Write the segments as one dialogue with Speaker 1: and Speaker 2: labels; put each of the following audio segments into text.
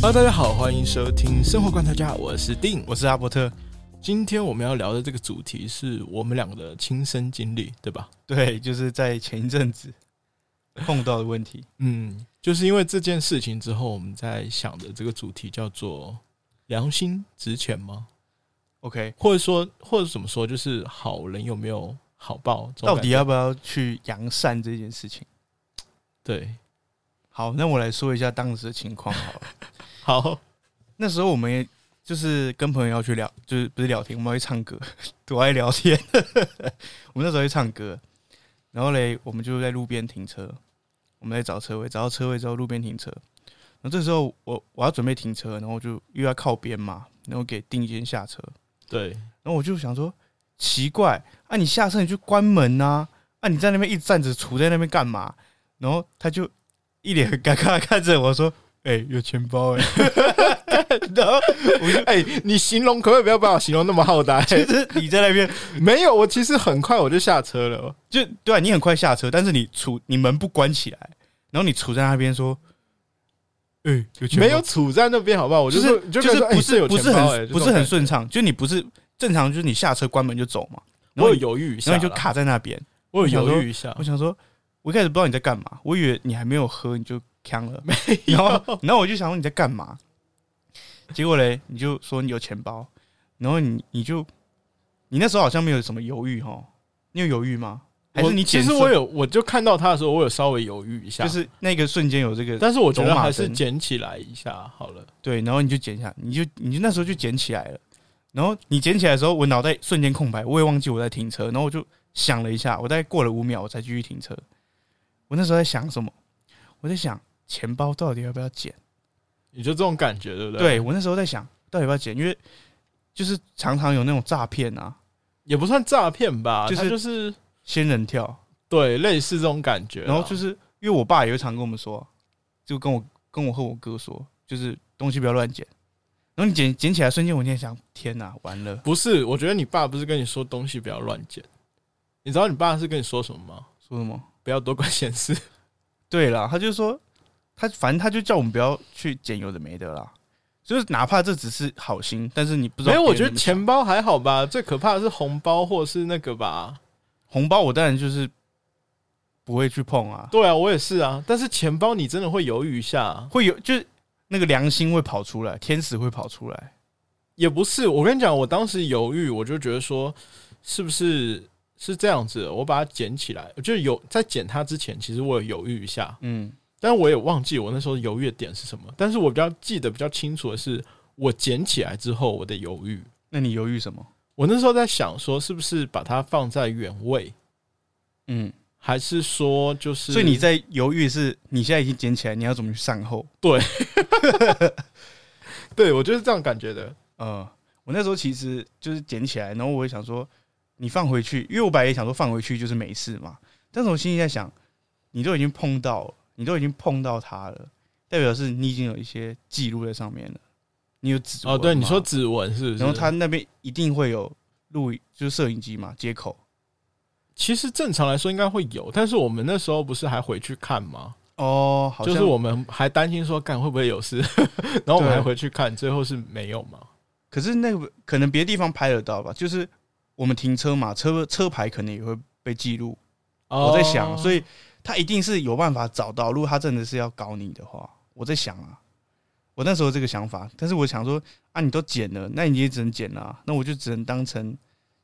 Speaker 1: Hello，大家好，欢迎收听生活观察家，我是丁。
Speaker 2: 我是阿伯特。
Speaker 1: 今天我们要聊的这个主题是我们两个的亲身经历，对吧？
Speaker 2: 对，就是在前一阵子碰到的问题。
Speaker 1: 嗯，就是因为这件事情之后，我们在想的这个主题叫做“良心值钱吗？
Speaker 2: OK，
Speaker 1: 或者说，或者怎么说，就是好人有没有好报？这种
Speaker 2: 到
Speaker 1: 感
Speaker 2: 底
Speaker 1: 觉
Speaker 2: 要不要去扬善这件事情？
Speaker 1: 对
Speaker 2: 好，那我来说一下当时的情况好了。
Speaker 1: 好
Speaker 2: 那时候我们也就是跟朋友要去聊，就是不是聊天，我们要去唱歌，多爱聊天。 我们那时候去唱歌，然后嘞，我们就在路边停车，我们在找车位，找到车位之后路边停车。然后这时候我我要准备停车，然后我就又要靠边嘛，然后给定间下车，
Speaker 1: 对
Speaker 2: 然后我就想说，奇怪，啊，你下车你就关门呐、啊，你在那边一直站着，杵在那边干嘛？然后他就一脸很尴尬地看着我说：“哎、有钱包哎、 然后
Speaker 1: 我就哎、你形容可不可以不要把我形容那么浩大、
Speaker 2: 就是你在那边
Speaker 1: 没有，我其实很快我就下车了。
Speaker 2: 就对啊，你很快下车，但是你杵你门不关起来，然后你杵在那边说：“哎、有钱包
Speaker 1: 没有处在那边，好不好？我
Speaker 2: 就
Speaker 1: 就说
Speaker 2: 是
Speaker 1: 就
Speaker 2: 就
Speaker 1: 跟他
Speaker 2: 是
Speaker 1: 说
Speaker 2: 不
Speaker 1: 哎
Speaker 2: 是
Speaker 1: 有
Speaker 2: 不
Speaker 1: 钱
Speaker 2: 是
Speaker 1: 包哎
Speaker 2: 很不是很，
Speaker 1: 这种
Speaker 2: 顺畅，就你不是正常，就是你下车关门就走嘛，
Speaker 1: 感觉
Speaker 2: 然
Speaker 1: 我有
Speaker 2: 后你
Speaker 1: 犹豫一下
Speaker 2: 然
Speaker 1: 啦，
Speaker 2: 后你就卡在那边。”
Speaker 1: 我
Speaker 2: 我想
Speaker 1: 有
Speaker 2: 说
Speaker 1: 犹豫一下
Speaker 2: 我，想说，我一开始不知道你在干嘛，我以为你还没有喝你就呛了，然后然后我就想说你在干嘛，结果嘞你就说你有钱包，然后你你就你那时候好像没有什么犹豫哈，你有犹豫吗？还
Speaker 1: 我
Speaker 2: 是你
Speaker 1: 其
Speaker 2: 检
Speaker 1: 实
Speaker 2: 测
Speaker 1: 我有，我就看到他的时候，我有稍微犹豫一下，
Speaker 2: 就，是那个瞬间有这个
Speaker 1: 但是我觉得
Speaker 2: 走马
Speaker 1: 还是
Speaker 2: 灯
Speaker 1: 捡起来一下好了。
Speaker 2: 对，然后你就捡下，你就你就那时候就捡起来了，然后你捡起来的时候，我脑袋瞬间空白，我也忘记我在停车，然后我就想了一下，我大概过了五秒，我才继续停车。我那时候在想什么？我在想钱包到底要不要捡？
Speaker 1: 你就这种感觉，对不对？
Speaker 2: 对，我那时候在想到底要不要捡，因为就是常常有那种诈骗啊，
Speaker 1: 也不算诈骗吧，
Speaker 2: 就是
Speaker 1: 啊他就是
Speaker 2: 仙人跳，
Speaker 1: 对类似这种感觉啊。
Speaker 2: 然后就是因为我爸也会常跟我们说，就跟我跟我和我哥说，就是东西不要乱捡。然后你捡捡起来瞬间，我在想，天哪，完了。
Speaker 1: 不是，我觉得你爸不是跟你说东西不要乱捡，你知道你爸是跟你说什么吗？
Speaker 2: 说什么？
Speaker 1: 不要多管闲 事。
Speaker 2: 对啦，他就说他反正他就叫我们不要去捡有的没的啦，就是哪怕这只是好心，但是你不知
Speaker 1: 没
Speaker 2: 道
Speaker 1: 有，
Speaker 2: 别人
Speaker 1: 我觉
Speaker 2: 怎
Speaker 1: 得
Speaker 2: 么
Speaker 1: 钱包还好吧，最可怕的是红包或是那个吧。
Speaker 2: 红包我当然就是不会去碰啊，
Speaker 1: 对啊，我也是啊，但是钱包你真的会犹豫一下啊、
Speaker 2: 会有就是那个良心会跑出来，天使会跑出来，
Speaker 1: 也不是，我跟你讲，我当时犹豫，我就觉得说，是不是是这样子？我把它捡起来，就是有在捡它之前，其实我有犹豫一下，
Speaker 2: 嗯，
Speaker 1: 但我也忘记我那时候犹豫的点是什么。但是我比较记得比较清楚的是，我捡起来之后我的犹豫。
Speaker 2: 那你犹豫什么？
Speaker 1: 我那时候在想说，是不是把它放在原位，
Speaker 2: 嗯，
Speaker 1: 还是说就是？
Speaker 2: 所以你在犹豫是你现在已经捡起来，你要怎么去善后？
Speaker 1: 对我就是这样感觉的。
Speaker 2: 呃，我那时候其实就是捡起来，然后我也想说，你放回去，因为我本来也想说放回去就是没事嘛。但是我心里在想，你都已经碰到了，你都已经碰到它了，代表是你已经有一些记录在上面了，你有指纹
Speaker 1: 哦，对，你
Speaker 2: 嘛
Speaker 1: 说，指纹是不是？
Speaker 2: 然后他那边一定会有录，就是摄影机嘛，接口。
Speaker 1: 其实正常来说应该会有，但是我们那时候不是还回去看吗？
Speaker 2: 哦，好像
Speaker 1: 就是，我们还担心说干会不会有事， 然后我们
Speaker 2: 对
Speaker 1: 还回去看，最后是没有嘛？
Speaker 2: 可是那个可能别的地方拍得到吧，就是我们停车嘛，车车牌可能也会被记录。我在想，所
Speaker 1: 以
Speaker 2: 以他一定是有办法找到。如果他真的是要搞你的话，我在想啊，我那时候这个想法，但是我想说啊，你都捡了，那你也只能捡了啊、那我就只能当成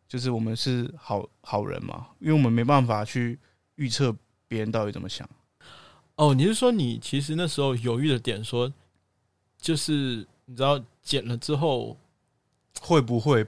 Speaker 2: 就是我们是好好人嘛，因为我们没办法去预测别人到底怎么想。
Speaker 1: 哦，你是说你其实那时候犹豫的点说，就是你知道剪了之后，
Speaker 2: 会不会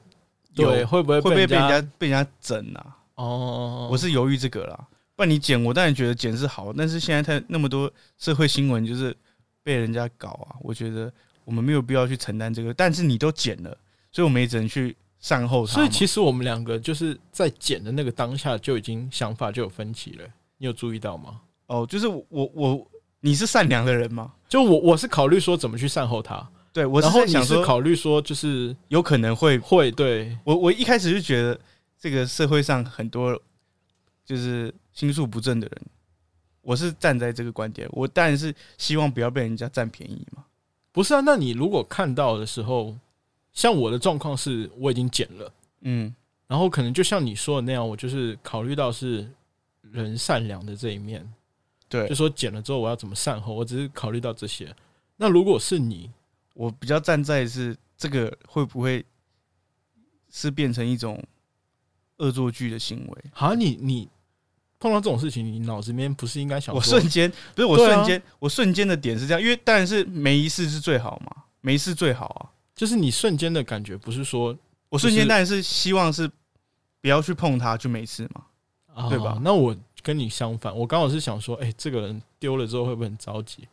Speaker 2: 有
Speaker 1: 对，会不会
Speaker 2: 会不会被
Speaker 1: 人
Speaker 2: 人家被人家整啊？
Speaker 1: 哦？
Speaker 2: 我是犹豫这个啦。不然你捡，我当然觉得捡是好，但是现在太那么多社会新闻就是被人家搞啊，我觉得我们没有必要去承担这个。但是你都捡了，所以我们也只能去善后它嘛。
Speaker 1: 所以其实我们两个就是在剪的那个当下就已经想法就有分歧了，你有注意到吗？
Speaker 2: 哦，就是我我我你是善良的人吗？
Speaker 1: 就我我是考虑说怎么去善后他，
Speaker 2: 对我是
Speaker 1: 然后
Speaker 2: 在
Speaker 1: 你
Speaker 2: 想
Speaker 1: 是
Speaker 2: 说
Speaker 1: 考虑说就是
Speaker 2: 有可能会，
Speaker 1: 会对
Speaker 2: 我我一开始就觉得这个社会上很多就是心术不正的人，我是站在这个观点，我当然是希望不要被人家占便宜嘛。
Speaker 1: 不是啊，那你如果看到的时候，像我的状况是我已经剪了，
Speaker 2: 嗯
Speaker 1: 然后可能就像你说的那样，我就是考虑到是人善良的这一面，
Speaker 2: 对
Speaker 1: 就说剪了之后我要怎么善后，我只是考虑到这些。那如果是你，
Speaker 2: 我比较站在是这个会不会是变成一种恶作剧的行为？
Speaker 1: 好，你你碰到这种事情，你脑子里面不是应该想
Speaker 2: 我
Speaker 1: 说
Speaker 2: 瞬间不是我
Speaker 1: 对啊
Speaker 2: 瞬间、我瞬间的点是这样，因为当然是没一次是最好嘛，没一次最好啊。
Speaker 1: 就是你瞬间的感觉，不是说
Speaker 2: 我瞬
Speaker 1: 就是
Speaker 2: 间当然是希望是不要去碰它，就没事嘛。
Speaker 1: 啊
Speaker 2: 对吧
Speaker 1: 那我跟你相反，我刚好是想说，哎、这个人丢了之后会不会很着急？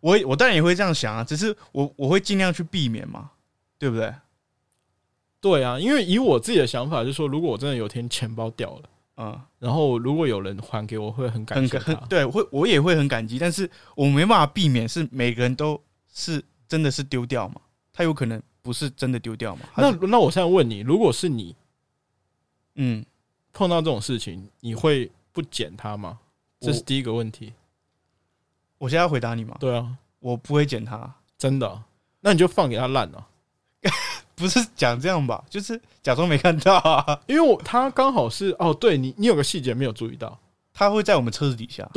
Speaker 2: 我也我当然也会这样想啊，只是我我会尽量去避免嘛，对不对？
Speaker 1: 对啊，因为以我自己的想法，就是说，如果我真的有天钱包掉了，
Speaker 2: 嗯，
Speaker 1: 然后如果有人还给我，会很感
Speaker 2: 很
Speaker 1: 谢
Speaker 2: 感
Speaker 1: 他
Speaker 2: 很。对，会我也会很感激，但是我没办法避免是每个人都是真的是丢掉嘛，他有可能不是真的丢掉嘛。他
Speaker 1: 那
Speaker 2: 是
Speaker 1: 那我现在问你，如果是你
Speaker 2: 嗯，
Speaker 1: 碰到这种事情，你会不捡它吗？这是
Speaker 2: 我
Speaker 1: 第一个问题。
Speaker 2: 我现在要回答你嘛，
Speaker 1: 对啊，
Speaker 2: 我不会捡它，
Speaker 1: 真的啊、那你就放给他烂啊了、
Speaker 2: 不是讲这样吧，就是假装没看到啊。
Speaker 1: 因为我他刚好是哦，对你，你有个细节没有注意到，
Speaker 2: 他会在我们车子底下，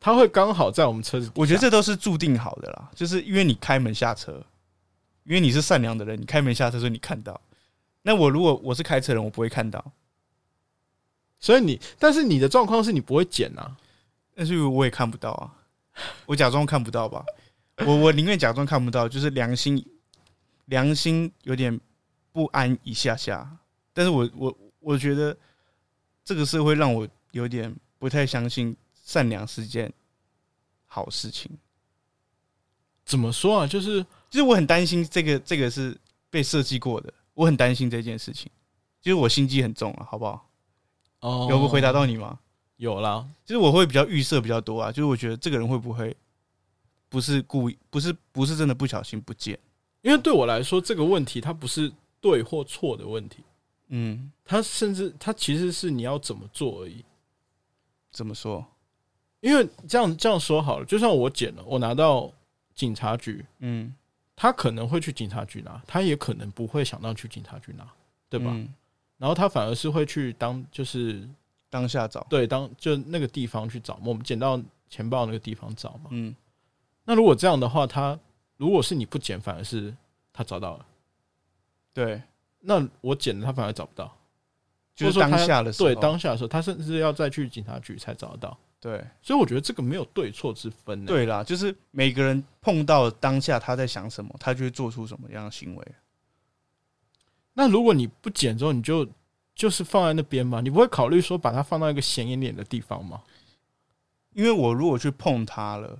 Speaker 1: 他会刚好在我们车子底下。
Speaker 2: 我觉得这都是注定好的啦，就是因为你开门下车，因为你是善良的人，你开门下车所以你看到。那我如果我是开车人，我不会看到，
Speaker 1: 所以你，但是你的状况是你不会捡啊，
Speaker 2: 但是我也看不到啊，我假装看不到吧，我我宁愿假装看不到，就是良心良心有点不安一下下，但是我我我觉得这个社会让我有点不太相信善良是件好事情，
Speaker 1: 怎么说啊？就是
Speaker 2: 就是我很担心这个这个是被设计过的，我很担心这件事情，就是我心机很重啊，好不好？
Speaker 1: 哦
Speaker 2: 有回答到你吗？
Speaker 1: 有啦，
Speaker 2: 就是我会比较预设比较多啊，就是我觉得这个人会不会不是故意，不是不是真的不小心不见，
Speaker 1: 因为对我来说这个问题它不是对或错的问题，
Speaker 2: 嗯，
Speaker 1: 它甚至它其实是你要怎么做而已。
Speaker 2: 怎么说？
Speaker 1: 因为这样这样说好了，就算我捡了，我拿到警察局，
Speaker 2: 嗯，
Speaker 1: 他可能会去警察局拿，他也可能不会想到去警察局拿，对吧？
Speaker 2: 嗯
Speaker 1: 然后他反而是会去当就是
Speaker 2: 当下找，
Speaker 1: 对当就那个地方去找嘛，我们捡到钱包那个地方找嘛。
Speaker 2: 嗯，
Speaker 1: 那如果这样的话，他如果是你不捡，反而是他找到了。
Speaker 2: 对，
Speaker 1: 那我捡了，他反而找不到。
Speaker 2: 就
Speaker 1: 或者说
Speaker 2: 是哦
Speaker 1: 他
Speaker 2: 当下的时候，
Speaker 1: 对，当下的时候，他甚至要再去警察局才找得到。
Speaker 2: 对
Speaker 1: 所以我觉得这个没有对错之分、呢。，
Speaker 2: 对啦，就是每个人碰到当下他在想什么，他就会做出什么样的行为。
Speaker 1: 那如果你不捡之后，你就就是放在那边嘛，你不会考虑说把它放到一个显眼点的地方吗？
Speaker 2: 因为我如果去碰它了，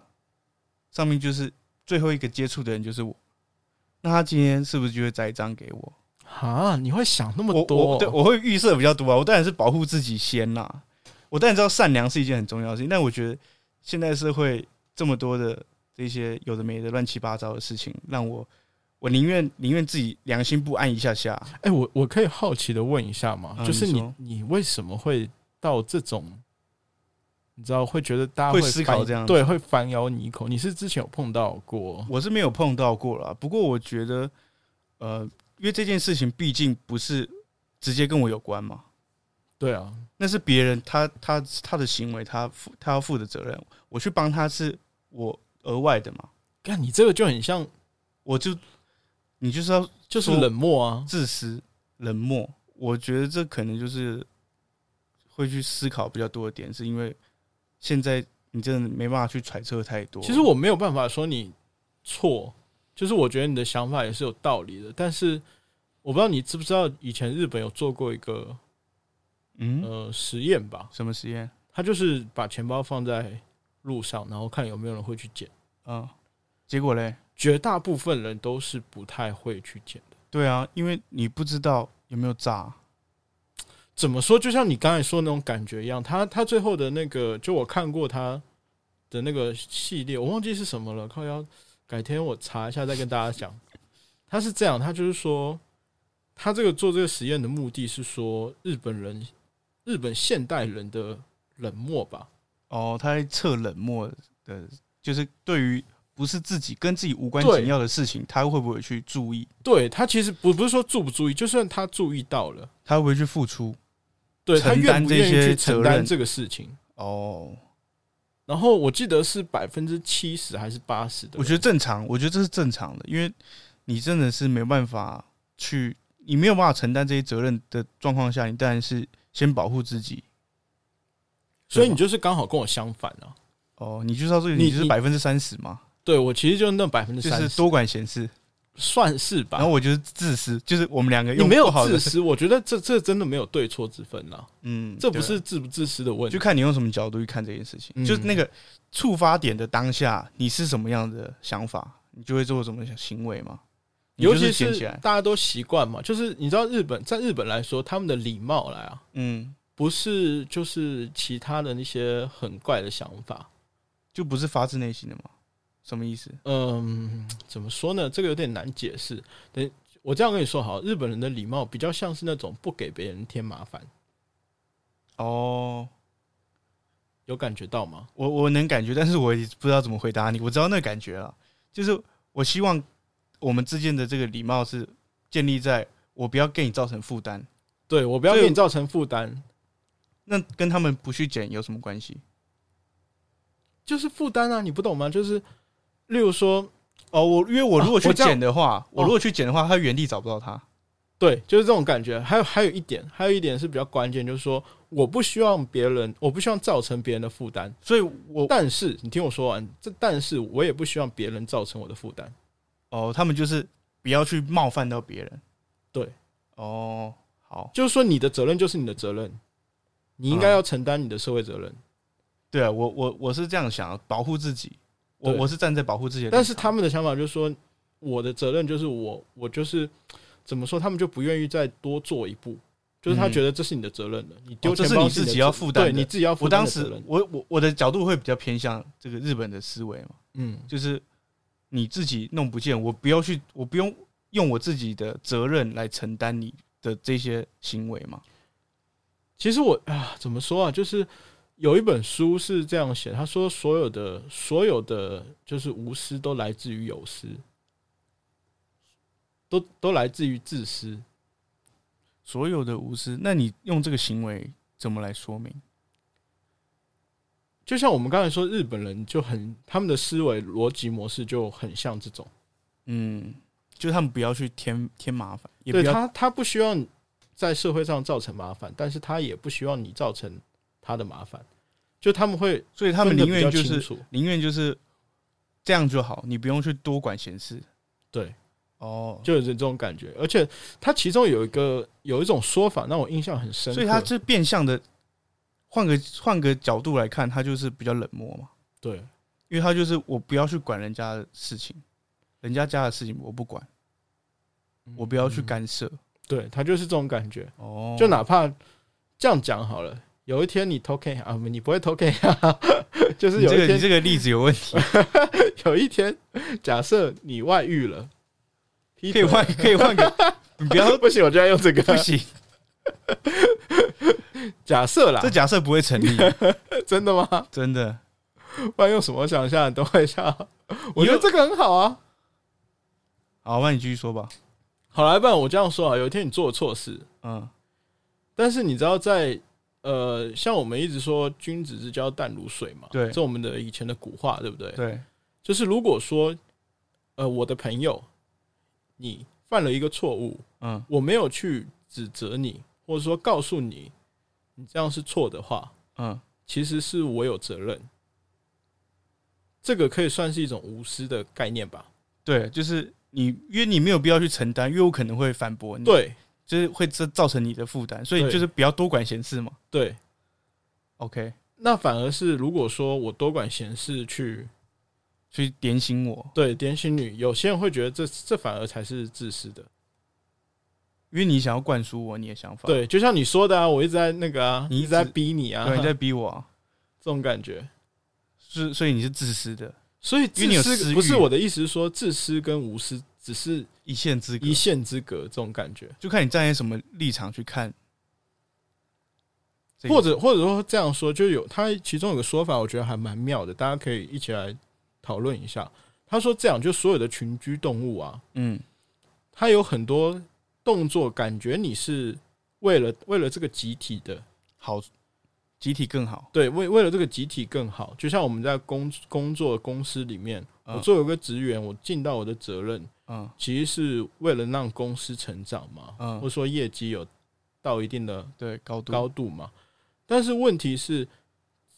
Speaker 2: 上面就是最后一个接触的人就是我，那他今天是不是就会栽赃给我？
Speaker 1: 啊，你会想那么
Speaker 2: 我
Speaker 1: 多？
Speaker 2: 我对我会预设比较多啊，我当然是保护自己先啦、我当然知道善良是一件很重要的事情，但我觉得现代社会这么多的这些有的没的乱七八糟的事情，让我我宁愿宁愿自己良心不安一下下。
Speaker 1: 哎、我我可以好奇的问一下吗？
Speaker 2: 啊
Speaker 1: 就是
Speaker 2: 你
Speaker 1: 你
Speaker 2: 说
Speaker 1: 你为什么会到这种？你知道会觉得大家
Speaker 2: 会
Speaker 1: 翻
Speaker 2: 思考这样子
Speaker 1: 对，会反咬你一口。你是之前有碰到过？
Speaker 2: 我是没有碰到过啦，不过我觉得，呃，因为这件事情毕竟不是直接跟我有关嘛，
Speaker 1: 对啊，
Speaker 2: 那是别人他他他的行为，他负他要负的责任。我去帮他是我额外的嘛，
Speaker 1: 看你这个就很像，
Speaker 2: 我就你就是要
Speaker 1: 就是
Speaker 2: 说
Speaker 1: 冷漠啊。
Speaker 2: 自私冷漠。我觉得这可能就是会去思考比较多的点，是因为现在你真的没办法去揣测太多。
Speaker 1: 其实我没有办法说你错，就是我觉得你的想法也是有道理的，但是我不知道你知不知道，以前日本有做过一个
Speaker 2: 嗯，
Speaker 1: 呃实验吧，
Speaker 2: 什么实验？
Speaker 1: 他就是把钱包放在路上，然后看有没有人会去捡，
Speaker 2: 嗯，结果嘞？
Speaker 1: 绝大部分人都是不太会去捡的。
Speaker 2: 对啊，因为你不知道有没有诈。
Speaker 1: 怎么说？就像你刚才说的那种感觉一样，他他最后的那个，就我看过他的那个系列，我忘记是什么了，靠要改天我查一下再跟大家讲。他是这样，他就是说，他这个做这个实验的目的是说日本人，日本现代人的冷漠吧，
Speaker 2: 哦，他在测冷漠的，就是对于不是自己跟自己无关
Speaker 1: 对
Speaker 2: 紧要的事情，他会不会去注意？
Speaker 1: 对他其实不不是说注不注意，就算他注意到了，
Speaker 2: 他会不会去付出？
Speaker 1: 对他
Speaker 2: 承
Speaker 1: 愿
Speaker 2: 担
Speaker 1: 不
Speaker 2: 这
Speaker 1: 愿意
Speaker 2: 些
Speaker 1: 去
Speaker 2: 责
Speaker 1: 承担
Speaker 2: 任
Speaker 1: 这个事情。
Speaker 2: 哦，
Speaker 1: 然后我记得是百分之七十还是八十的人，
Speaker 2: 我觉得正常，我觉得这是正常的，因为你真的是没有办法去，你没有办法承担这些责任的状况下，你当然是先保护自己。
Speaker 1: 所以你就是刚好跟我相反啊。
Speaker 2: 哦，你就知道这个，
Speaker 1: 你
Speaker 2: 你就是
Speaker 1: 你
Speaker 2: 百分之三十嘛，
Speaker 1: 对我其实就那百分之
Speaker 2: 就
Speaker 1: 三
Speaker 2: 是
Speaker 1: 十，
Speaker 2: 多管闲事。
Speaker 1: 算是吧。
Speaker 2: 然后我就是自私，就是我们两个
Speaker 1: 你
Speaker 2: 用
Speaker 1: 没有
Speaker 2: 不好的
Speaker 1: 自，私，我觉得这这真的没有对错之分呐、
Speaker 2: 嗯，
Speaker 1: 这不
Speaker 2: 对
Speaker 1: 是自不自私的问
Speaker 2: 就
Speaker 1: 题。
Speaker 2: 看你用什么角度去看这件事情，
Speaker 1: 嗯
Speaker 2: 就是那个触发点的当下，你是什么样的想法，你就会做什么行为嘛。你
Speaker 1: 尤
Speaker 2: 就
Speaker 1: 其
Speaker 2: 捡
Speaker 1: 是
Speaker 2: 起来，
Speaker 1: 大家都习惯嘛，就是你知道日本在日本来说，他们的礼貌来啊，
Speaker 2: 嗯，
Speaker 1: 不是就是其他的那些很怪的想法。
Speaker 2: 就不是发自内心的嘛。什么意思？
Speaker 1: 嗯，怎么说呢？这个有点难解释。等我这样跟你说好，日本人的礼貌比较像是那种不给别人添麻烦，
Speaker 2: 哦，
Speaker 1: 有感觉到吗？
Speaker 2: 我我能感觉，但是我也不知道怎么回答你。我知道那个感觉了，就是我希望我们之间的这个礼貌是建立在我不要给你造成负担，
Speaker 1: 对我不要
Speaker 2: 所以
Speaker 1: 给你造成负担，
Speaker 2: 那跟他们不去捡有什么关系？
Speaker 1: 就是负担啊，你不懂吗？就是例如说，
Speaker 2: 哦，我因为我如果
Speaker 1: 啊
Speaker 2: 去
Speaker 1: 我这样
Speaker 2: 捡的话，我如果去捡的话，他原地找不到他。
Speaker 1: 对，就是这种感觉。还有还有一点，还有一点是比较关键，就是说我不希望别人，我不希望造成别人的负担。
Speaker 2: 所以我
Speaker 1: 但是你听我说完，这但是我也不希望别人造成我的负担。
Speaker 2: 哦，他们就是不要去冒犯到别人。
Speaker 1: 对，
Speaker 2: 哦，好，
Speaker 1: 就是说，你的责任就是你的责任，你
Speaker 2: 嗯
Speaker 1: 应该要承担你的社会责任。
Speaker 2: 对啊，我我我是这样想，保护自己，我
Speaker 1: 对
Speaker 2: 我是站在保护自己的立场，
Speaker 1: 但是他们的想法就是说，我的责任就是我，我就是怎么说，他们就不愿意再多做一步，就是他
Speaker 2: 嗯
Speaker 1: 觉得这是你的责任了，你丢
Speaker 2: 哦
Speaker 1: 钱
Speaker 2: 这是
Speaker 1: 包
Speaker 2: 你
Speaker 1: 是你
Speaker 2: 自
Speaker 1: 的
Speaker 2: 己要
Speaker 1: 责
Speaker 2: 负担
Speaker 1: 对
Speaker 2: 的
Speaker 1: 你自己要负
Speaker 2: 我
Speaker 1: 担
Speaker 2: 当
Speaker 1: 的责
Speaker 2: 时
Speaker 1: 任。
Speaker 2: 我我我的角度会比较偏向这个日本的思维嘛，
Speaker 1: 嗯，
Speaker 2: 就是你自己弄不见，我不要去，我不用用我自己的责任来承担你的这些行为嘛。
Speaker 1: 其实我啊，怎么说啊，就是有一本书是这样写，他说所有的所有的就是无私都来自于有私，都都来自于自私。
Speaker 2: 所有的无私，那你用这个行为怎么来说明？
Speaker 1: 就像我们刚才说，日本人就很他们的思维逻辑模式就很像这种，
Speaker 2: 嗯，就是他们不要去添添麻烦，也不
Speaker 1: 对
Speaker 2: 要
Speaker 1: 他他不希望在社会上造成麻烦，但是他也不希望你造成他的麻烦，就他们会
Speaker 2: 所以他们
Speaker 1: 分得
Speaker 2: 宁
Speaker 1: 比较
Speaker 2: 愿就
Speaker 1: 清
Speaker 2: 是
Speaker 1: 楚
Speaker 2: 宁愿就是这样就好，你不用去多管闲事。
Speaker 1: 对。
Speaker 2: 哦，
Speaker 1: 就有这种感觉，而且他其中有一个有一种说法让我印象很深刻，
Speaker 2: 所以他这变相的，换个换个角度来看，他就是比较冷漠嘛，
Speaker 1: 对
Speaker 2: 因为他就是我不要去管人家的事情，人家家的事情我不管，我不要去干涉。
Speaker 1: 嗯对他就是这种感觉。
Speaker 2: 哦，
Speaker 1: 就哪怕这样讲好了，有一天你偷 K 啊，不你不会偷 K 啊， 就是
Speaker 2: 你
Speaker 1: 有
Speaker 2: 这
Speaker 1: 一
Speaker 2: 个你
Speaker 1: 天，
Speaker 2: 这个例子 有问题，
Speaker 1: 有一天，假设你外遇了，劈
Speaker 2: 可以
Speaker 1: 腿
Speaker 2: 换可以换个，你不要
Speaker 1: 不行，我就要用这个
Speaker 2: 不行，
Speaker 1: 假设啦
Speaker 2: 这，假设不会成立，
Speaker 1: 真的吗？
Speaker 2: 真的。
Speaker 1: 不然用什么想象？等我一下，我觉
Speaker 2: 你
Speaker 1: 得
Speaker 2: 又
Speaker 1: 这个很好啊。
Speaker 2: 好，那你继续说吧。
Speaker 1: 好来，不然我这样说啊，有一天你做了错事，
Speaker 2: 嗯，
Speaker 1: 但是你知道在呃，像我们一直说君子之交淡如水嘛，
Speaker 2: 对
Speaker 1: 这我们的以前的古话，对不对？
Speaker 2: 对，
Speaker 1: 就是如果说，呃，我的朋友，你犯了一个错误，
Speaker 2: 嗯，
Speaker 1: 我没有去指责你，或者说告诉你你这样是错的话，
Speaker 2: 嗯，
Speaker 1: 其实是我有责任。这个可以算是一种无私的概念吧？
Speaker 2: 对，就是你，因为你没有必要去承担，因为我可能会反驳你，，
Speaker 1: 对
Speaker 2: 就是会造造成你的负担，所以
Speaker 1: 对
Speaker 2: 就是不要多管闲事嘛。
Speaker 1: 对，
Speaker 2: OK，
Speaker 1: 那反而是如果说我多管闲事去
Speaker 2: 去点醒我，
Speaker 1: 对点醒你，有些人会觉得这这反而才是自私的。
Speaker 2: 因为你想要灌输我你的想法，
Speaker 1: 对，就像你说的啊，我一直在那个啊，
Speaker 2: 你
Speaker 1: 一
Speaker 2: 一直
Speaker 1: 直在逼你啊，
Speaker 2: 对，你在逼我、啊，
Speaker 1: 这种感觉。
Speaker 2: 是，所以你是自私的，
Speaker 1: 所以
Speaker 2: 因为你有
Speaker 1: 自
Speaker 2: 私
Speaker 1: 私
Speaker 2: 欲
Speaker 1: 不是我的意思，是说自私跟无私只是
Speaker 2: 一线之隔
Speaker 1: 一，线之隔这种感觉，
Speaker 2: 就看你站在什么立场去看、这个
Speaker 1: 或者或者说这样说，就有他其中有个说法，我觉得还蛮妙的，大家可以一起来讨论一下。他说这样，就所有的群居动物啊，
Speaker 2: 嗯，
Speaker 1: 它有很多动作，感觉你是为了为了这个集体的，
Speaker 2: 好，集体更好，
Speaker 1: 对，为为了这个集体更好。就像我们在工工作公司里面，
Speaker 2: 嗯
Speaker 1: 我作为一个职员，我尽到我的责任，
Speaker 2: 嗯
Speaker 1: 其实是为了让公司成长嘛，或者
Speaker 2: 嗯，
Speaker 1: 说业绩有到一定的
Speaker 2: 对，高度
Speaker 1: 高度嘛。但是问题是，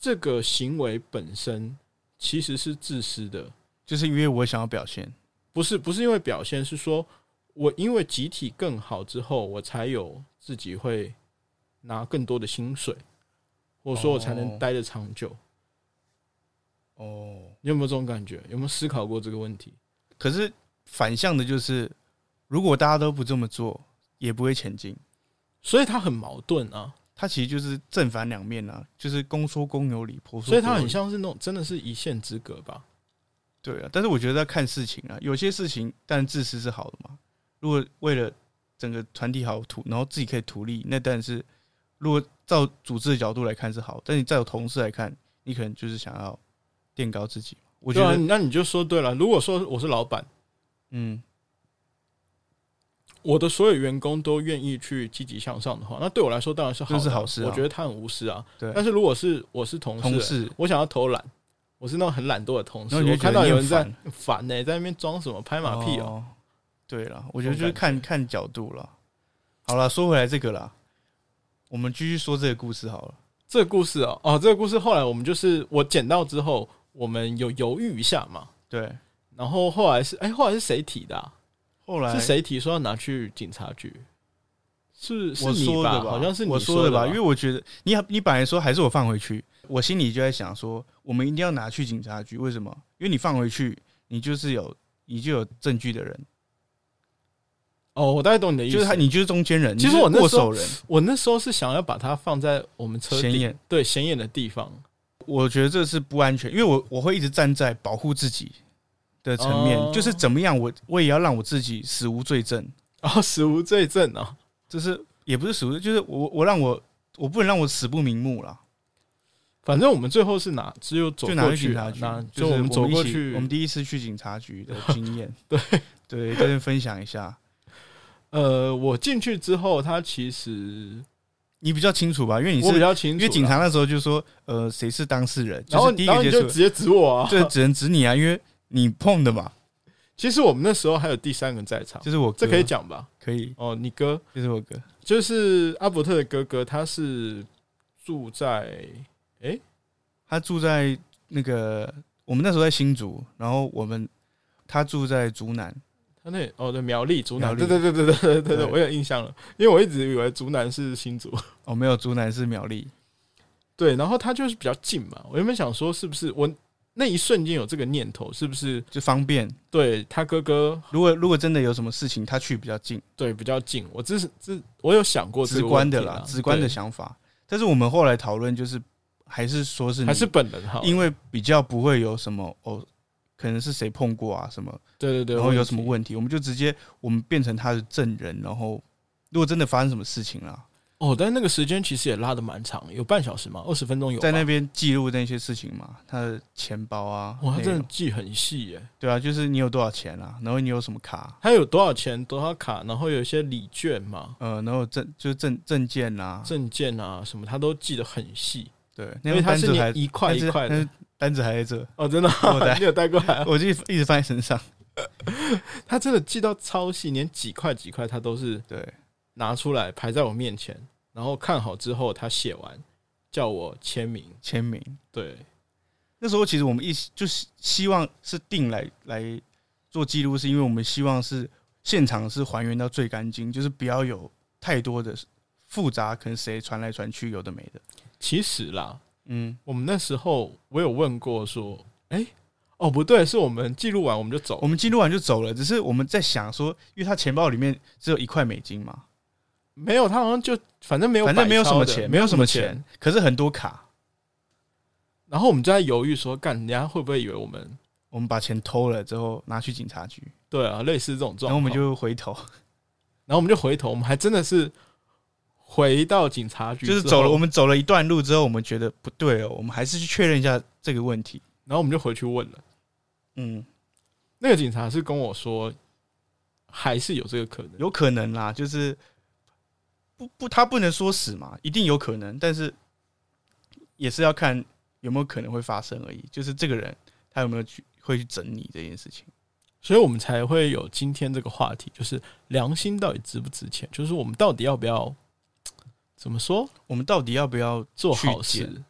Speaker 1: 这个行为本身其实是自私的，
Speaker 2: 就是因为我想要表现，
Speaker 1: 不是不是因为表现，是说我因为集体更好之后，我才有自己会拿更多的薪水，或者说我才能
Speaker 2: 哦
Speaker 1: 待得长久。
Speaker 2: 哦，
Speaker 1: 你有没有这种感觉？有没有思考过这个问题？
Speaker 2: 可是反向的就是，如果大家都不这么做，也不会前进。
Speaker 1: 所以他很矛盾啊，
Speaker 2: 它其实就是正反两面啊，就是公说公有理，婆说
Speaker 1: 所以
Speaker 2: 婆
Speaker 1: 他
Speaker 2: 有
Speaker 1: 很
Speaker 2: 理
Speaker 1: 像是那种真的是一线之隔吧。
Speaker 2: 对啊，但是我觉得要看事情啊，有些事情当然自私是好的嘛。如果为了整个团体好图，然后自己可以图利，那当然是如果照组织的角度来看是好，但你再有同事来看，你可能就是想要垫高自己。我觉
Speaker 1: 对啊，
Speaker 2: 得，
Speaker 1: 那你就说对了。如果说我是老板，
Speaker 2: 嗯，
Speaker 1: 我的所有员工都愿意去积极向上的话，那对我来说当然是好的啊，
Speaker 2: 这是好事啊
Speaker 1: 我觉得他很无私啊。
Speaker 2: 对
Speaker 1: 但是如果是我是同事，
Speaker 2: 同事
Speaker 1: 我想要偷懒，我是那种很懒惰的同事，
Speaker 2: 然后你
Speaker 1: 我
Speaker 2: 就
Speaker 1: 看
Speaker 2: 觉
Speaker 1: 到
Speaker 2: 得你
Speaker 1: 有
Speaker 2: 很
Speaker 1: 人在烦呢、欸在那边装什么拍马屁哦、
Speaker 2: 哦。对了，我觉得就是
Speaker 1: 这种感觉
Speaker 2: 看看角度了。好了，说回来这个啦，我们继续说这个故事好了。
Speaker 1: 这个故事哦、哦，这个故事后来我们就是我捡到之后，我们有犹豫一下嘛，
Speaker 2: 对，
Speaker 1: 然后后来是哎、后来是谁提的啊、
Speaker 2: 后来
Speaker 1: 是谁提说要拿去警察局？是是
Speaker 2: 我
Speaker 1: 你
Speaker 2: 说的吧，
Speaker 1: 好像是你
Speaker 2: 我
Speaker 1: 说
Speaker 2: 的吧，因为
Speaker 1: 为
Speaker 2: 我觉得你你本来说还是我放回去，我心里就在想说，我们一定要拿去警察局，为什么？因为你放回去，你就是有你就有证据的人，
Speaker 1: 哦，我大概懂你的意思。
Speaker 2: 就是他，你就是中间人，
Speaker 1: 其实
Speaker 2: 你就是
Speaker 1: 我那
Speaker 2: 过
Speaker 1: 时候
Speaker 2: 手人，
Speaker 1: 我那时候是想要把它放在我们车
Speaker 2: 显
Speaker 1: 顶
Speaker 2: 眼
Speaker 1: 对显眼的地方
Speaker 2: 我觉得这是不安全，因为我我会一直站在保护自己的层面，
Speaker 1: 哦
Speaker 2: 就是怎么样我，我也要让我自己死无罪证，
Speaker 1: 哦，死无罪证哦。
Speaker 2: 就是也不是死无罪，就是我我让我我不能让我死不瞑目啦。
Speaker 1: 反正我们最后是拿只有走
Speaker 2: 就拿
Speaker 1: 过
Speaker 2: 去警
Speaker 1: 去
Speaker 2: 察
Speaker 1: 啊，
Speaker 2: 局
Speaker 1: 拿，
Speaker 2: 就
Speaker 1: 就
Speaker 2: 是
Speaker 1: 我们走
Speaker 2: 一
Speaker 1: 过
Speaker 2: 起
Speaker 1: 去，
Speaker 2: 我们第一次去警 察局的经验，对对，跟人分享一下。
Speaker 1: 呃，我进去之后，他其实
Speaker 2: 你比较清楚吧？因为你
Speaker 1: 我比
Speaker 2: 是
Speaker 1: 较清楚啦，
Speaker 2: 因为警察那时候就说，呃，谁是当事人，
Speaker 1: 然
Speaker 2: 就
Speaker 1: 后
Speaker 2: 是第一
Speaker 1: 然后
Speaker 2: 个
Speaker 1: 你
Speaker 2: 接
Speaker 1: 就
Speaker 2: 触，
Speaker 1: 直接指我啊。
Speaker 2: 这只能指你啊，因为你碰的嘛，
Speaker 1: 其实我们那时候还有第三个在场，
Speaker 2: 就是我哥，
Speaker 1: 这可以讲吧？
Speaker 2: 可以，
Speaker 1: 哦，你哥
Speaker 2: 就是我哥，
Speaker 1: 就是阿伯特的哥哥，他是住在
Speaker 2: 他住在那个我们那时候在新竹，然后我们他住在竹南，
Speaker 1: 他那哦对苗栗竹南，
Speaker 2: 苗栗
Speaker 1: 对对对对对对对
Speaker 2: 对
Speaker 1: 对，我有印象了，因为我一直以为竹南是新竹，
Speaker 2: 哦，没有，竹南是苗栗，
Speaker 1: 对，然后他就是比较近嘛，我原本想说是不是我那一瞬间有这个念头，是不是
Speaker 2: 就方便。
Speaker 1: 对他哥哥
Speaker 2: 如果如果真的有什么事情，他去比较近。
Speaker 1: 对比较近，我只是只我有想过这
Speaker 2: 直
Speaker 1: 个
Speaker 2: 观
Speaker 1: 问
Speaker 2: 的
Speaker 1: 题啊
Speaker 2: 啦，直观的
Speaker 1: 对
Speaker 2: 想法。但是我们后来讨论，就是还是说是你
Speaker 1: 还是本人好，
Speaker 2: 因为比较不会有什么哦，可能是谁碰过啊什么，
Speaker 1: 对对对，
Speaker 2: 然后有什么
Speaker 1: 题？
Speaker 2: 问题，我们就直接我们变成他的证人，然后如果真的发生什么事情啦，
Speaker 1: 哦，但那个时间其实也拉的蛮长，有半小时嘛，二十分钟有吧。啊
Speaker 2: 在那边记录那些事情嘛，他的钱包啊，
Speaker 1: 哇，他
Speaker 2: 内
Speaker 1: 真的
Speaker 2: 容
Speaker 1: 记很细耶，
Speaker 2: 对啊，就是你有多少钱啊，然后你有什么卡，
Speaker 1: 他有多少钱、多少卡，然后有一些礼券嘛、
Speaker 2: 呃，然后证就是证证件啊，
Speaker 1: 证件啊什么，他都记得很细，
Speaker 2: 对，
Speaker 1: 因
Speaker 2: 那
Speaker 1: 为
Speaker 2: 张
Speaker 1: 他
Speaker 2: 单
Speaker 1: 是
Speaker 2: 子还
Speaker 1: 连一块一块
Speaker 2: 但
Speaker 1: 的
Speaker 2: 是。单子还 在这，
Speaker 1: 哦，真的
Speaker 2: 我带，
Speaker 1: 你有带过来啊？
Speaker 2: 我就一直放在身上，
Speaker 1: 他真的记到超细，连几块几块他都是
Speaker 2: 对。
Speaker 1: 拿出来排在我面前，然后看好之后他写完叫我签名。
Speaker 2: 签名，
Speaker 1: 对，
Speaker 2: 那时候其实我们一起就是希望是定来来做记录，是因为我们希望是现场是还原到最干净，就是不要有太多的复杂，可能谁传来传去有的没的。
Speaker 1: 其实啦，
Speaker 2: 嗯，
Speaker 1: 我们那时候我有问过说，哎、哦不对，是我们记录完我们就走
Speaker 2: 我，们记录完就走了，只是我们在想说，因为他钱包里面只有一块美金嘛，
Speaker 1: 没有，他好像就反正没有，
Speaker 2: 反正没有什么钱，
Speaker 1: 钱，
Speaker 2: 没有什么
Speaker 1: 钱
Speaker 2: 钱。，可是很多卡，
Speaker 1: 然后我们就在犹豫说，干，人家会不会以为我们
Speaker 2: 我们把钱偷了之后拿去警察局，
Speaker 1: 对啊，类似这种状况。
Speaker 2: 然后我们，就回 头，
Speaker 1: 然后我们就回头，我们还真的是回到警察局，
Speaker 2: 就是走了，我，们走了一段路之后，我们觉得不对哦，我们还是去确认一下这个问题。
Speaker 1: 然后我们就回去问了。
Speaker 2: 嗯，
Speaker 1: 那个警察是跟我说，还是有这个可能。
Speaker 2: 有可能啦，就是不不，他不能说死嘛，一定有可能，但是也是要看有没有可能会发生而已。就是这个人他有没有去会去整你这件事情。
Speaker 1: 所以我们才会有今天这个话题，就是良心到底值不值钱？就是我们到底要不要怎么说
Speaker 2: 我们到底要不要
Speaker 1: 做好
Speaker 2: 去
Speaker 1: 事
Speaker 2: 捡？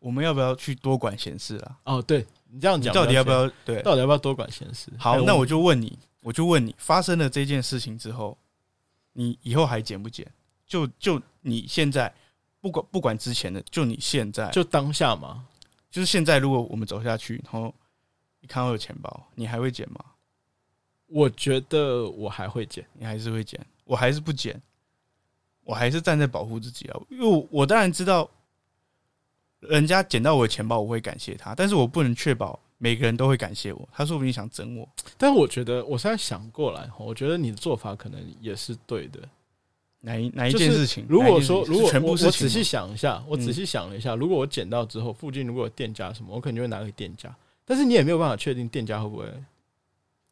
Speaker 2: 我们要不要去多管闲事啊？
Speaker 1: 哦，对你这样
Speaker 2: 你
Speaker 1: 讲，
Speaker 2: 到底要不
Speaker 1: 我了
Speaker 2: 要对
Speaker 1: 解？？到底要不要多管闲事？还
Speaker 2: 好，
Speaker 1: 有
Speaker 2: 那我就问你，我就问你，发生了这件事情之后，你以后还捡不捡？就就你现在，不管不管之前的，就你现在，就
Speaker 1: 就当下嘛，
Speaker 2: 就是现在，如果我们走下去，然后你看到有钱包，你还会捡吗？
Speaker 1: 我觉得我还会捡，
Speaker 2: 你还是会捡，我还是不捡，我还是站在保护自己啊，因为我我当然知道，人家捡到我的钱包，我会感谢他，但是我不能确保每个人都会感谢我，他说不定想整我，
Speaker 1: 但我觉得我现在想过来，我觉得你的做法可能也是对的。
Speaker 2: 哪一哪一
Speaker 1: 就
Speaker 2: 件
Speaker 1: 是
Speaker 2: 事情？
Speaker 1: 如
Speaker 2: 哪一
Speaker 1: 果
Speaker 2: 件
Speaker 1: 说
Speaker 2: 事情
Speaker 1: 如果
Speaker 2: 嗯哎是全
Speaker 1: 我
Speaker 2: 部
Speaker 1: 我
Speaker 2: 事
Speaker 1: 仔
Speaker 2: 情
Speaker 1: 细
Speaker 2: 吗
Speaker 1: 想一下，我仔
Speaker 2: 嗯
Speaker 1: 细想了一下，如果我捡到之后，附近如果有店家什么，我肯定会拿给店家，但是你也没有办法确定店家会不会。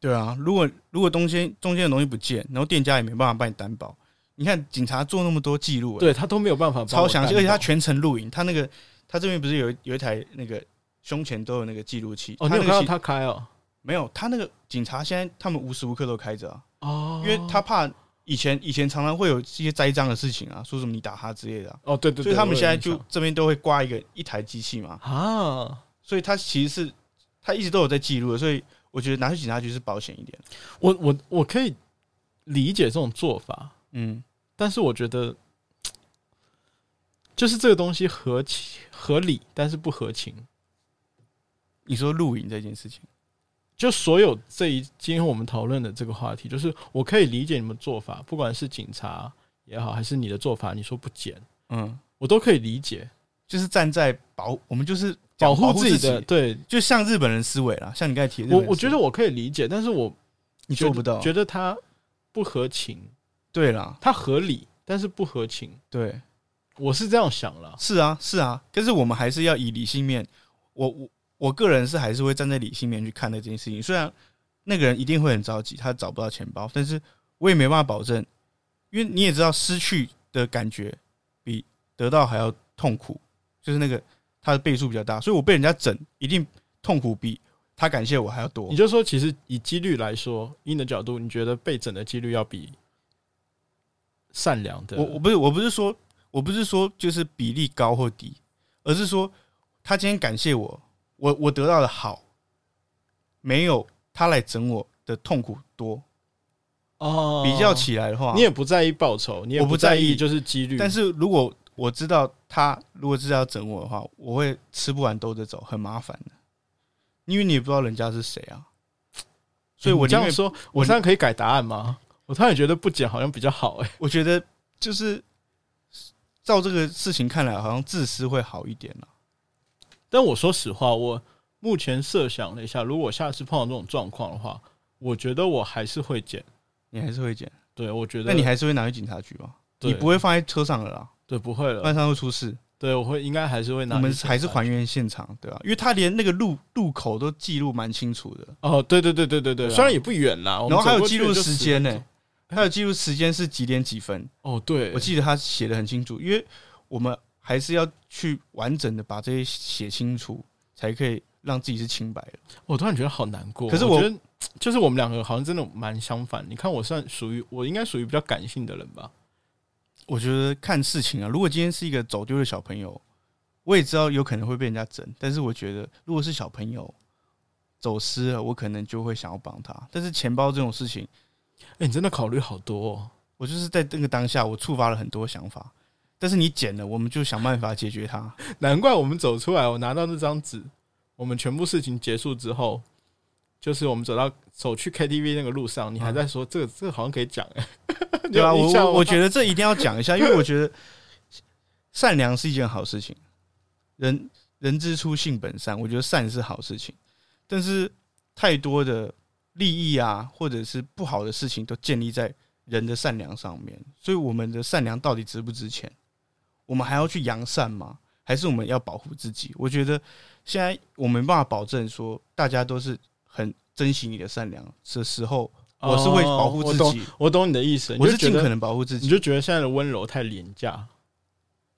Speaker 2: 对啊，如果如果东西中间的东西不见，然后店家也没办法帮你担保，你看警察做那么多记录、欸，
Speaker 1: 对他都没有哦办法帮我
Speaker 2: 超详细，
Speaker 1: 担
Speaker 2: 而且他
Speaker 1: 保
Speaker 2: 全程录影，他那个他这边不是有一有一台那个胸前都有那个记录器，
Speaker 1: 哦，你
Speaker 2: 他
Speaker 1: 有看
Speaker 2: 那
Speaker 1: 到
Speaker 2: 个系
Speaker 1: 他开哦，
Speaker 2: 没有？他那个警察现在他们无时无刻都开着啊，
Speaker 1: 哦
Speaker 2: 因为他怕以前以前常常会有一些栽赃的事情啊，说什么你打他之类的啊、
Speaker 1: 哦，对对对，
Speaker 2: 所以他们
Speaker 1: 我有
Speaker 2: 现在
Speaker 1: 印象
Speaker 2: 就这边都会挂一个一台机器嘛，
Speaker 1: 啊，
Speaker 2: 所以他其实是他一直都有在记录的，所以我觉得拿去警察局是保险一点。啊
Speaker 1: 我我我可以理解这种做法，
Speaker 2: 嗯，
Speaker 1: 但是我觉得就是这个东西合情合理，但是不合情。
Speaker 2: 你说录影这件事情。
Speaker 1: 就所有这一今天我们讨论的这个话题，就是我可以理解你们做法，不管是警察也好，还是你的做法，你说不检，
Speaker 2: 嗯，
Speaker 1: 我都可以理解，
Speaker 2: 就是站在保，我们就是
Speaker 1: 保
Speaker 2: 讲保
Speaker 1: 护
Speaker 2: 护
Speaker 1: 自己
Speaker 2: 己
Speaker 1: 的，，对
Speaker 2: 就像日本人思维啦，像你刚才提的日
Speaker 1: 我
Speaker 2: 本人思维，
Speaker 1: 我觉得我可以理解，但是我
Speaker 2: 你
Speaker 1: 觉
Speaker 2: 做
Speaker 1: 得
Speaker 2: 不到，
Speaker 1: 觉得它不合情，
Speaker 2: 对啦，
Speaker 1: 它合理，但是不合情，
Speaker 2: 对，
Speaker 1: 我是这样想了。
Speaker 2: 是啊，是啊，但是我们还是要以理性面，我我我个人是还是会站在理性面去看待这件事情，虽然那个人一定会很着急，他找不到钱包，但是我也没办法保证，因为你也知道失去的感觉比得到还要痛苦，就是那个他的倍数比较大，所以我被人家整一定痛苦比他感谢我还要多
Speaker 1: 你。就说，其实以几率来说，以你的角度，你觉得被整的几率要比善良的
Speaker 2: 我我不是我不是说我不是说就是比例高或低，而是说他今天感谢我，我我得到的好，没有他来整我的痛苦多。
Speaker 1: 哦
Speaker 2: 比较，起来的话，
Speaker 1: 你也不在意报酬，你也
Speaker 2: 我不
Speaker 1: 在
Speaker 2: 在意
Speaker 1: 就是几率，
Speaker 2: 但是如果我知道他如果是要整我的话，我会吃不完兜着走，很麻烦的，因为你也不知道人家是谁啊。所以我
Speaker 1: 你这
Speaker 2: 宁
Speaker 1: 样
Speaker 2: 愿
Speaker 1: 说，我这样可以改答案吗？我突然觉得不剪好像比较好哎、
Speaker 2: 我觉得就是照这个事情看来，好像自私会好一点啊了。
Speaker 1: 但我说实话，我目前设想了一下，如果下次碰到这种状况的话，我觉得我还是会剪。
Speaker 2: 你还是会捡，
Speaker 1: 对，我觉得
Speaker 2: 那你还是会拿去警察局吧？
Speaker 1: 对
Speaker 2: 你不会放在车上了啦，
Speaker 1: 对不会
Speaker 2: 不
Speaker 1: 了，
Speaker 2: 然上会出事。
Speaker 1: 对我会应该还是会拿
Speaker 2: 我
Speaker 1: 去
Speaker 2: 们
Speaker 1: 检查。
Speaker 2: 还是还原现场，对吧、啊因为他连那个路路口都记录蛮清楚的，
Speaker 1: 哦，对对对对对对，
Speaker 2: 对啊
Speaker 1: 虽然也不远啦，我们
Speaker 2: 然后
Speaker 1: 哦走
Speaker 2: 还有
Speaker 1: 过
Speaker 2: 记
Speaker 1: 去
Speaker 2: 录
Speaker 1: 就
Speaker 2: 时
Speaker 1: 10
Speaker 2: 间呢、
Speaker 1: 分钟
Speaker 2: 还有记录时间是几点几分，
Speaker 1: 哦，对，
Speaker 2: 我记得他写的很清楚，因为我们还是要去完整的把这些写清楚，才可以让自己是清白的。
Speaker 1: 哦我突然觉得好难过。哦
Speaker 2: 可是
Speaker 1: 我
Speaker 2: 我
Speaker 1: 觉得就是我们两个好像真的蛮相反。你看，我算属于我应该属于比较感性的人吧？
Speaker 2: 我觉得看事情啊，如果今天是一个走丢的小朋友，我也知道有可能会被人家整，但是我觉得如果是小朋友走失了，我可能就会想要帮他。但是钱包这种事情，
Speaker 1: 哎、你真的考虑好多、哦。
Speaker 2: 我就是在那个当下，我触发了很多想法。但是你捡了，我们就想办法解决它。
Speaker 1: 难怪我们走出来，我拿到那张纸，我们全部事情结束之后，就是我们走到走去 KTV 那个路上，你还在说、这个这个好像可以讲 哎、欸，
Speaker 2: 嗯 对啊，我我我觉
Speaker 1: 得
Speaker 2: 得这一定要讲一下，因为我觉得 善良是一件好事情，人人之初性本善，我觉得善是好事情，但是太多的利益啊，或者是不好的事情都建立在人的善良上面，所以我们的善良到底值不值钱？我们还要去扬善吗？还是我们要保护自己？我觉得现在我没办法保证说大家都是很珍惜你的善良的时候，我是会保护自
Speaker 1: 哦我懂
Speaker 2: 己，
Speaker 1: 我懂你的意思，你
Speaker 2: 我是
Speaker 1: 就觉
Speaker 2: 尽可
Speaker 1: 得
Speaker 2: 能保护自
Speaker 1: 你
Speaker 2: 己。
Speaker 1: 就觉得现在的温柔太廉价，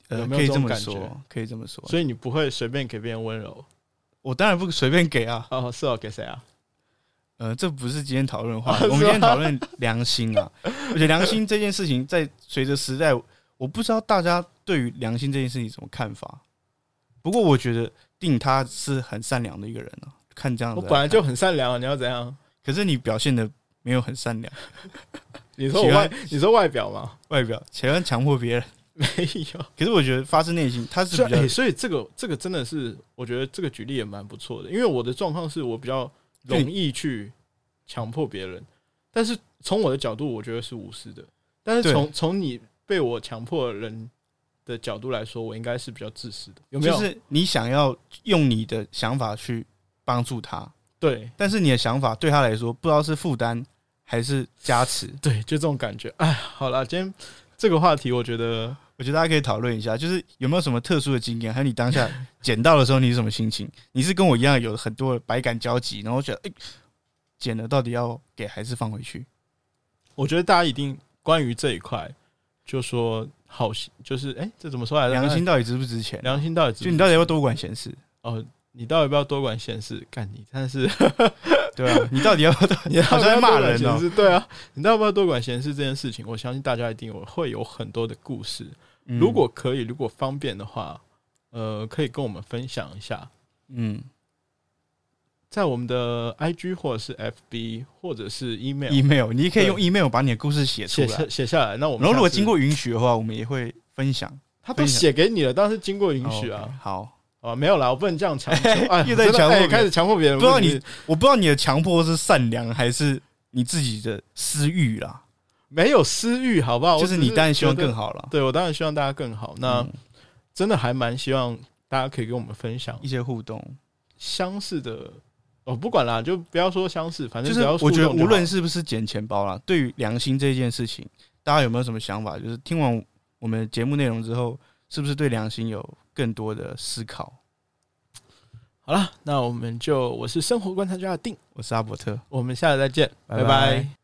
Speaker 2: 呃，
Speaker 1: 有没有
Speaker 2: 可以
Speaker 1: 这
Speaker 2: 这
Speaker 1: 种
Speaker 2: 么
Speaker 1: 感
Speaker 2: 说
Speaker 1: 觉，
Speaker 2: 可以这么说。
Speaker 1: 所以你不会随便给别人温柔。
Speaker 2: 我当然不随便给啊。
Speaker 1: 哦，是哦，给谁啊？
Speaker 2: 呃，这不是今天讨论的话
Speaker 1: 啊
Speaker 2: 题，我们
Speaker 1: 是
Speaker 2: 今
Speaker 1: 吗
Speaker 2: 天讨论良心啊。而且良心这件事情，在随着时代，我不知道大家对于良心这件事情什么看法。不过我觉得定他是很善良的一个人啊。看这样子
Speaker 1: 我
Speaker 2: 来看，
Speaker 1: 本来就很善良啊，你要怎样？
Speaker 2: 可是你表现的没有很善良，
Speaker 1: 你说我
Speaker 2: 喜欢
Speaker 1: 外，你说外表吗？
Speaker 2: 外表喜欢强迫别人。
Speaker 1: 没有。
Speaker 2: 可是我觉得发自内心，他是
Speaker 1: 所
Speaker 2: 比
Speaker 1: 以、
Speaker 2: 较
Speaker 1: 欸所以这个这个真的是，我觉得这个举例也蛮不错的，因为我的状况是我比较容易去强迫别人，但是从我的角度，我觉得是无私的。但是
Speaker 2: 对
Speaker 1: 从从你被我强迫的人的角度来说，我应该是比较自私的，有没有？
Speaker 2: 就是你想要用你的想法去帮助他，
Speaker 1: 对
Speaker 2: 但是你的想法对他来说，不知道是负担还是加持。
Speaker 1: 对，就这种感觉。哎，好啦，今天这个话题，我觉得
Speaker 2: 我觉得大家可以讨论一下，就是有没有什么特殊的经验，还有你当下捡到的时候你是什么心情？你是跟我一样有很多的百感交集，然后觉得哎、捡了到底要给还是放回 去？
Speaker 1: 我觉得大家一定关于这一块，就说好心，就是哎、这怎么说来着？
Speaker 2: 良心到底值不值钱？
Speaker 1: 良心到底值不
Speaker 2: 就你到底要不要多管闲事？
Speaker 1: 哦，你到底要不要多管闲事？干你， 但是
Speaker 2: 对啊，你到底要不要？
Speaker 1: 你到底要不要
Speaker 2: 好像在骂
Speaker 1: 多管
Speaker 2: 人
Speaker 1: 闲
Speaker 2: 哦
Speaker 1: 事？ 对啊，你到底要不要多管闲事这件事情，我相信大家一定有会有很多的故事。
Speaker 2: 嗯
Speaker 1: 如果可以，如果方便的话，呃，可以跟我们分享一下，
Speaker 2: 嗯
Speaker 1: 在我们的 IG 或者是 FB 或者是 email
Speaker 2: ，email 你可以用
Speaker 1: 对
Speaker 2: email 把你的故事嗯写
Speaker 1: 写
Speaker 2: 出来，
Speaker 1: 下写下来。那我们
Speaker 2: 然后如果
Speaker 1: 下次
Speaker 2: 经过允许的话，我们也会分享。
Speaker 1: 他都写给你了，但是经过允许
Speaker 2: 哦，OK，
Speaker 1: 啊，
Speaker 2: 好，
Speaker 1: 啊，没有啦，我不能这样强 求。哎，
Speaker 2: 又在
Speaker 1: 真的
Speaker 2: 强
Speaker 1: 哎
Speaker 2: 迫别人
Speaker 1: 开始强迫别人，
Speaker 2: 不知道
Speaker 1: 是
Speaker 2: 你，我不知道你的强迫是善良还是你自己的私欲啦，
Speaker 1: 没有私欲，好不好？
Speaker 2: 就
Speaker 1: 我只
Speaker 2: 是你当然希望
Speaker 1: 觉得
Speaker 2: 更好了。
Speaker 1: 哦对我当然希望大家更好。那、
Speaker 2: 嗯
Speaker 1: 真的还蛮希望大家可以跟我们分享
Speaker 2: 一些互动，
Speaker 1: 相似的。哦，不管啦，就不要说相似，反
Speaker 2: 就
Speaker 1: 正
Speaker 2: 是
Speaker 1: 只要
Speaker 2: 我觉得
Speaker 1: 互动就
Speaker 2: 无
Speaker 1: 好
Speaker 2: 论是不是捡钱包啦，对于良心这件事情，大家有没有什么想法？就是听完我们节目内容之后，是不是对良心有更多的思考？
Speaker 1: 好啦，那我们就我是生活观察家的定，
Speaker 2: 我是阿伯特，
Speaker 1: 我们下次再见，
Speaker 2: 拜
Speaker 1: 拜
Speaker 2: 拜
Speaker 1: 拜